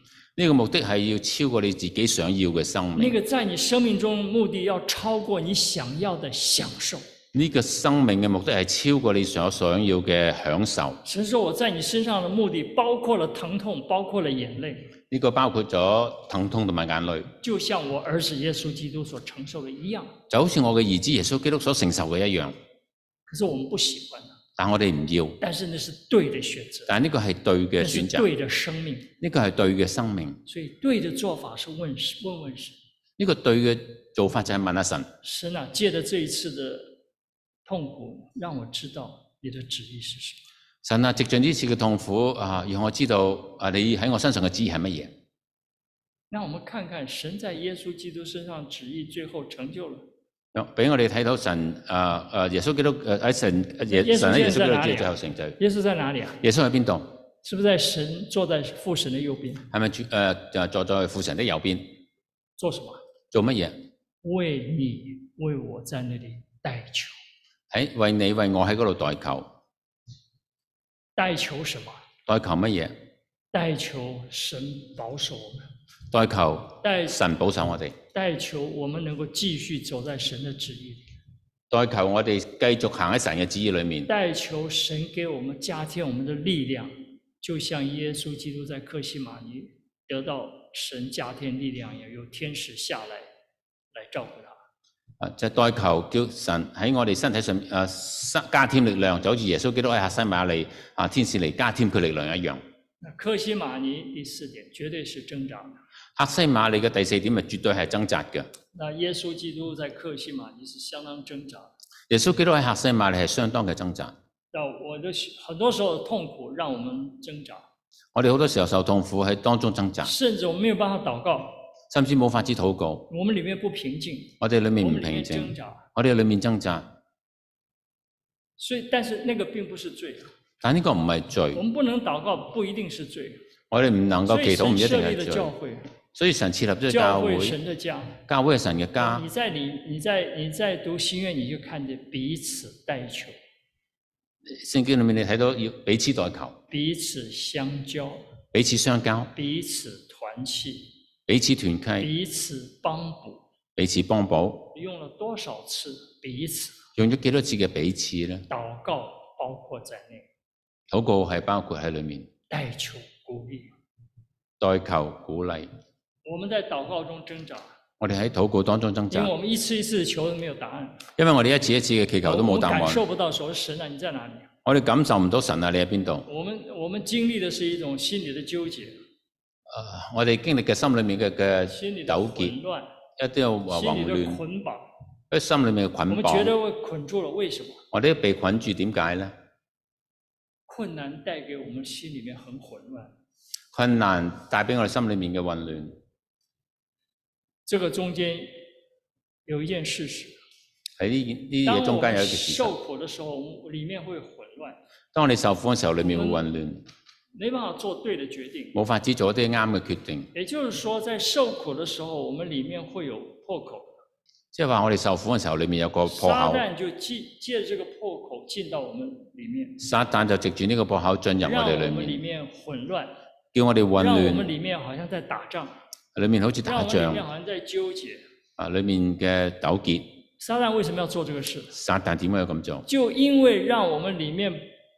B: 個目的係要超過你自己想要嘅生
C: 那
B: 命，
C: 个在你生命中的目的要超过你想要的享受。
B: 呢、個生命嘅目的係超過你所想要嘅享受。
C: 神说我在你身上的目的包括了疼痛，包括了眼泪，
B: 呢、個包括咗疼痛同埋眼淚，
C: 就像我儿子耶稣基督所承受的一样。
B: 就好似我嘅兒子耶穌基督所承受嘅一樣。
C: 可是我们不喜欢它，
B: 但我哋唔要，
C: 但是那是对的选择，
B: 但呢個係對
C: 那
B: 嘅
C: 是
B: 選擇，
C: 对的生命。
B: 呢個係對嘅生命，
C: 所以对的做法是问神问问神，
B: 呢、個對嘅做法就係問阿神。
C: 神啊，借着这一次的痛苦，让我知道你的旨意是什么。
B: 神啊，藉盡呢次嘅痛苦啊，讓我知道啊，你喺我身上嘅旨意係乜嘢？
C: 让我们看看神在耶稣基督身上旨意最后成就了。
B: 讓俾我哋睇到神啊啊耶穌基督誒喺神啊耶
C: 耶穌
B: 神喺耶穌基
C: 在
B: 督
C: 哪裡
B: 嘅
C: 啊
B: 最後成就。
C: 耶稣在哪里啊？
B: 耶穌喺邊度？
C: 是不是在神坐在父神的右边？
B: 係咪主誒就坐在父神的右邊？
C: 做什么？
B: 做乜嘢？
C: 为你为我在那里代求，
B: 喺為你為我喺嗰度代求，
C: 代求什么？
B: 代求乜嘢？
C: 代求神保守我们，
B: 代求
C: 代
B: 神保守我哋，
C: 代求我们能够继续走在神的旨意里，
B: 代求我哋繼續行喺神嘅旨意裏面，
C: 代求神给我们加添我们的力量，就像耶稣基督在克西玛尼得到神加添力量，也有天使下来来照顾他。
B: 啊就代求叫神喺我哋身體上啊加加添力量，就好似耶穌基督喺客西馬利啊天使嚟加添佢力量一樣。
C: 那克西玛尼第四点绝对是挣扎的。
B: 客西馬利嘅第四點係絕對係掙扎嘅。
C: 那耶稣基督在克西玛尼是相当挣扎的。
B: 耶穌基督喺客西馬利係相當嘅掙扎。
C: 那我的喜很多时候的痛苦让我们挣扎，
B: 我哋好多時候受痛苦喺當中掙扎，
C: 甚至我们没有办法祷告，
B: 甚至冇法子禱告。
C: 我们里面不平静，
B: 我哋裏面
C: 我
B: 唔
C: 们里面
B: 平
C: 挣
B: 靜，
C: 扎。
B: 我哋裏面掙扎。
C: 所以，但是那个并不是罪，
B: 但呢個唔係
C: 我
B: 罪，
C: 们不能祷告不一定是罪。
B: 我哋唔能
C: 所
B: 夠
C: 以
B: 祈禱唔一
C: 神
B: 定
C: 设立了
B: 係
C: 教
B: 罪。
C: 会，
B: 所以神設立咗
C: 教
B: 教
C: 会
B: 會，
C: 神的家。
B: 教會係神嘅家
C: 你。在你你在你在读心愿，你就看见彼此代求，
B: 聖經裏面你睇到要彼此代求，
C: 彼此相交，
B: 彼此相交，
C: 彼此团契，
B: 彼此團契，
C: 彼此帮补。
B: 彼此幫補。
C: 用了多少次彼此
B: 用咗幾多次嘅彼此呢？
C: 祷告，包括在内。
B: 禱告係包括喺裏面，
C: 代求鼓励。
B: 代求鼓勵。
C: 我们在祷告中挣扎，
B: 我哋喺禱告當中掙
C: 因
B: 扎
C: 为，我们一次一次求都没有答案，
B: 因為我哋一次一次嘅祈求都
C: 我
B: 冇
C: 们
B: 答
C: 感
B: 案。
C: 受不到说神啊你在哪里？
B: 我哋感受唔到神啊，你喺邊度？
C: 我们我们经历的是一种心理的纠结，
B: 啊我哋經歷嘅心裏面嘅嘅
C: 心理的
B: 糾結，
C: 混乱，
B: 一啲嘅混
C: 心理的
B: 亂，
C: 捆绑。
B: 喺心裏面嘅
C: 我
B: 捆
C: 们觉
B: 綁。
C: 得我捆住了，为什么？
B: 我哋被捆住，點解呢？
C: 困难带给我们心里面很混乱，
B: 困難帶俾我哋心裏面嘅混亂。
C: 这个中间有一件事实，
B: 喺呢呢
C: 当
B: 嘢中
C: 我
B: 間有
C: 们
B: 一件事
C: 受
B: 情。
C: 苦的时候，我们里面会混乱，
B: 當你受苦嘅時候，裏面會混亂，
C: 没办法做对的决定。
B: 冇法子做一啲啱嘅決定。
C: 也就是说，在受苦的时候，我们里面会有破口。
B: 即係話我哋受苦嘅時候，裏面有個破
C: 撒
B: 口，
C: 旦就借借这个破口进到我们里面，
B: 撒旦就藉住呢個破口進入我
C: 让
B: 哋
C: 我
B: 裏
C: 们里
B: 面，
C: 面混乱，
B: 叫我哋混
C: 让我们
B: 亂，
C: 里面好像在打仗，
B: 裏面好似
C: 让
B: 打
C: 我们里面
B: 仗
C: 好像在纠结。
B: 啊，裏面嘅糾結。
C: 撒旦为什么要做这个事？
B: 撒旦點解要咁做？
C: 就因为让我们里面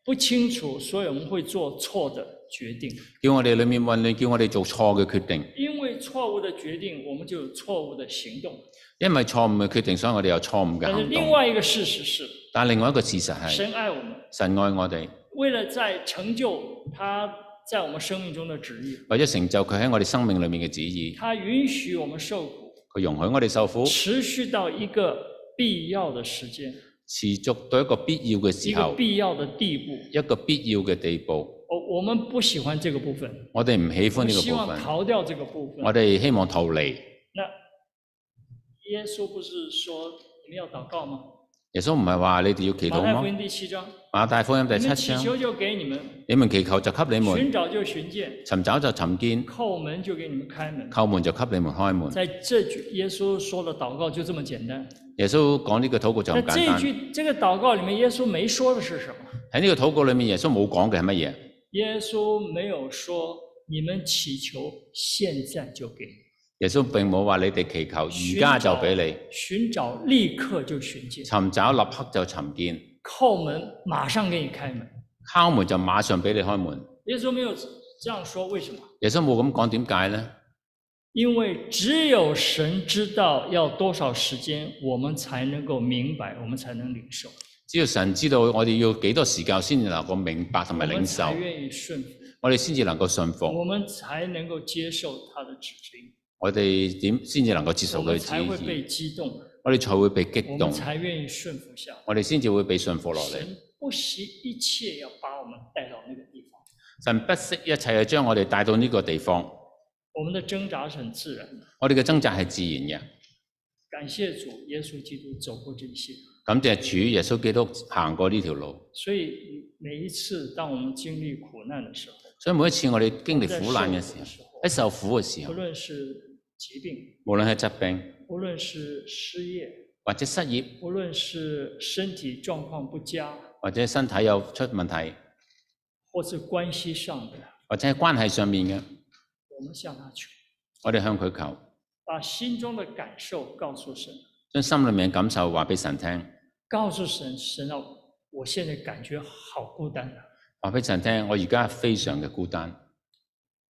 C: 不清楚，所以我们会做错的决定。
B: 叫我哋裏面混亂，叫我哋做錯嘅決定。
C: 因为错誤的决定，我们就有错誤的行动。
B: 因為錯誤嘅決定，所以我哋有錯誤嘅
C: 但是
B: 行哎
C: 另
B: 動。
C: 外一个事实是，
B: 但另外一個事實係，
C: 神爱我们，
B: 神愛我哋，
C: 为了在成就他在我们生命中的旨意，
B: 為咗成就佢喺我哋生命裏面嘅旨意，
C: 他允许我们受苦。
B: 佢容許我哋受苦，
C: 持续到一个必要的时间，
B: 持續到一個必要嘅
C: 一
B: 時
C: 个
B: 候，
C: 必要的地步。哦
B: 一個必要嘅地步。
C: 我我们不喜欢这个部分，
B: 我哋唔喜歡
C: 我
B: 呢個
C: 希
B: 部
C: 望
B: 分，
C: 逃掉这个部分
B: 我。哋希望逃離。
C: 那耶稣不是说你们要祷告吗？
B: 耶穌唔係話你哋要祈
C: 马
B: 禱
C: 太福
B: 嗎？
C: 音第七章，
B: 馬太福音第
C: 你
B: 七
C: 们祈
B: 章，
C: 求就给你们，
B: 你們祈求就給你們，
C: 寻找就寻见，
B: 尋找就尋見，
C: 叩门就给你们开门。
B: 叩門就給你們開門。
C: 在这句耶稣说的祷告就这么简單。
B: 耶穌講呢個禱告就
C: 那
B: 咁簡
C: 这
B: 單。
C: 句这个祷告里面，耶穌沒說的是什么？
B: 喺呢個禱告裏面，耶穌冇講嘅係乜嘢？
C: 耶穌沒有說你们祈求现在就给，
B: 耶穌並冇話你哋祈求，而家就俾你。
C: 寻找立刻就寻见，
B: 尋找立刻就尋見，
C: 叩门马上给你开门。
B: 敲門就馬上俾你開門。
C: 耶穌没有这样说，为什么？
B: 耶穌冇咁講，點解呢？
C: 因为只有神知道要多少时间，我们才能够明白，我们才能领受，
B: 只要神知道我哋要幾多時間先至能夠明白同
C: 我
B: 埋領
C: 们
B: 受
C: 才，愿意顺服，
B: 我哋先至能夠信服，
C: 我们才能够接受他的指令，
B: 我哋點先至能夠接
C: 我
B: 受佢
C: 们
B: 嘅
C: 才会
B: 旨
C: 被
B: 意，
C: 激动，
B: 我哋才會被激
C: 我
B: 動
C: 们，才愿意顺服下来。
B: 我哋先至會被信服落嚟。
C: 神不惜一切要把我们带到那个地方，
B: 神不惜一切係將我哋帶到呢個地方，
C: 我们的挣扎是很自然的。
B: 我哋嘅掙扎係自然嘅。
C: 感谢主，耶稣基督走过这些，
B: 感謝主耶穌基督行過呢條路。
C: 所以每一次当我们经历苦难的时候，
B: 所以每一次我哋經歷
C: 在
B: 苦難嘅時
C: 受苦
B: 候
C: 的，时候
B: 喺受苦嘅時
C: 不
B: 候，
C: 论是疾病，
B: 無論係疾病
C: 无论是失业，
B: 或者失業，
C: 无论是身体状况不佳，
B: 或者身體有出問題，
C: 或是关系上的，
B: 或者係關係上面嘅，
C: 我们向他求，
B: 我哋向佢求，
C: 把心中的感受告诉神，
B: 將心裏面嘅感受話俾神聽，
C: 告诉神，神啊，我现在感觉好孤单啊。
B: 話俾神聽，我而家非常嘅孤單。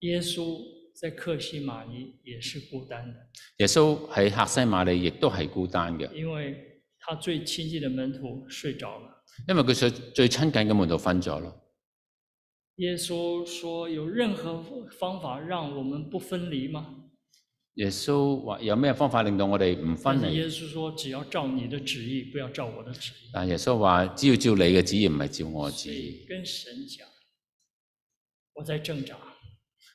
C: 耶稣在克西玛尼也是孤单的，
B: 耶穌喺客西馬利亦都係孤單嘅，
C: 因为他最亲近的门徒睡着了。
B: 因為佢最最親近嘅門徒分咗咯。
C: 耶稣说：“有任何方法让我们不分离吗
B: 耶穌話有咩方法令到我哋唔？”分
C: 但是耶
B: 離？
C: 稣说：“只要照你的旨意，不要照我的旨意。”
B: 但啊耶穌話：只要照你嘅旨意，唔係照我嘅
C: 所
B: 旨
C: 以
B: 意。
C: 跟神讲，我在挣扎，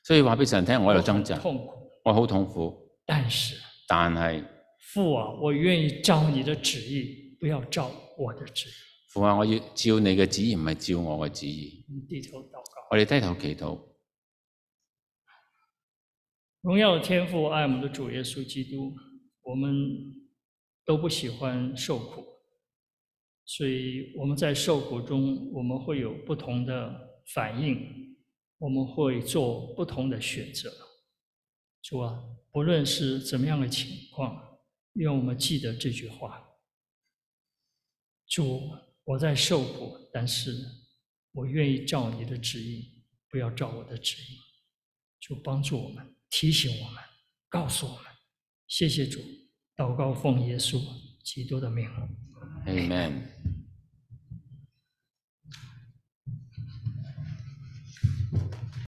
B: 所以話俾神聽，我有掙
C: 很
B: 扎，
C: 痛苦，
B: 我好痛苦，
C: 但是
B: 但係。
C: 父啊，我愿意照你的旨意，不要照我的旨意。
B: 父啊，我要照你嘅旨意，唔係照我嘅旨意。
C: 我们低头祷告，
B: 我哋低頭祈禱，
C: 荣耀的天父，爱我们的主耶稣基督，我们都不喜欢受苦，所以我们在受苦中，我们会有不同的反应，我们会做不同的选择。主啊，不论是怎么样的情况，愿我们记得这句话。主，我在受苦，但是我愿意照你的旨意，不要照我的旨意。主帮助我们，提醒我们，告诉我们，谢谢主。祷告奉耶稣基督的名。
B: 阿 m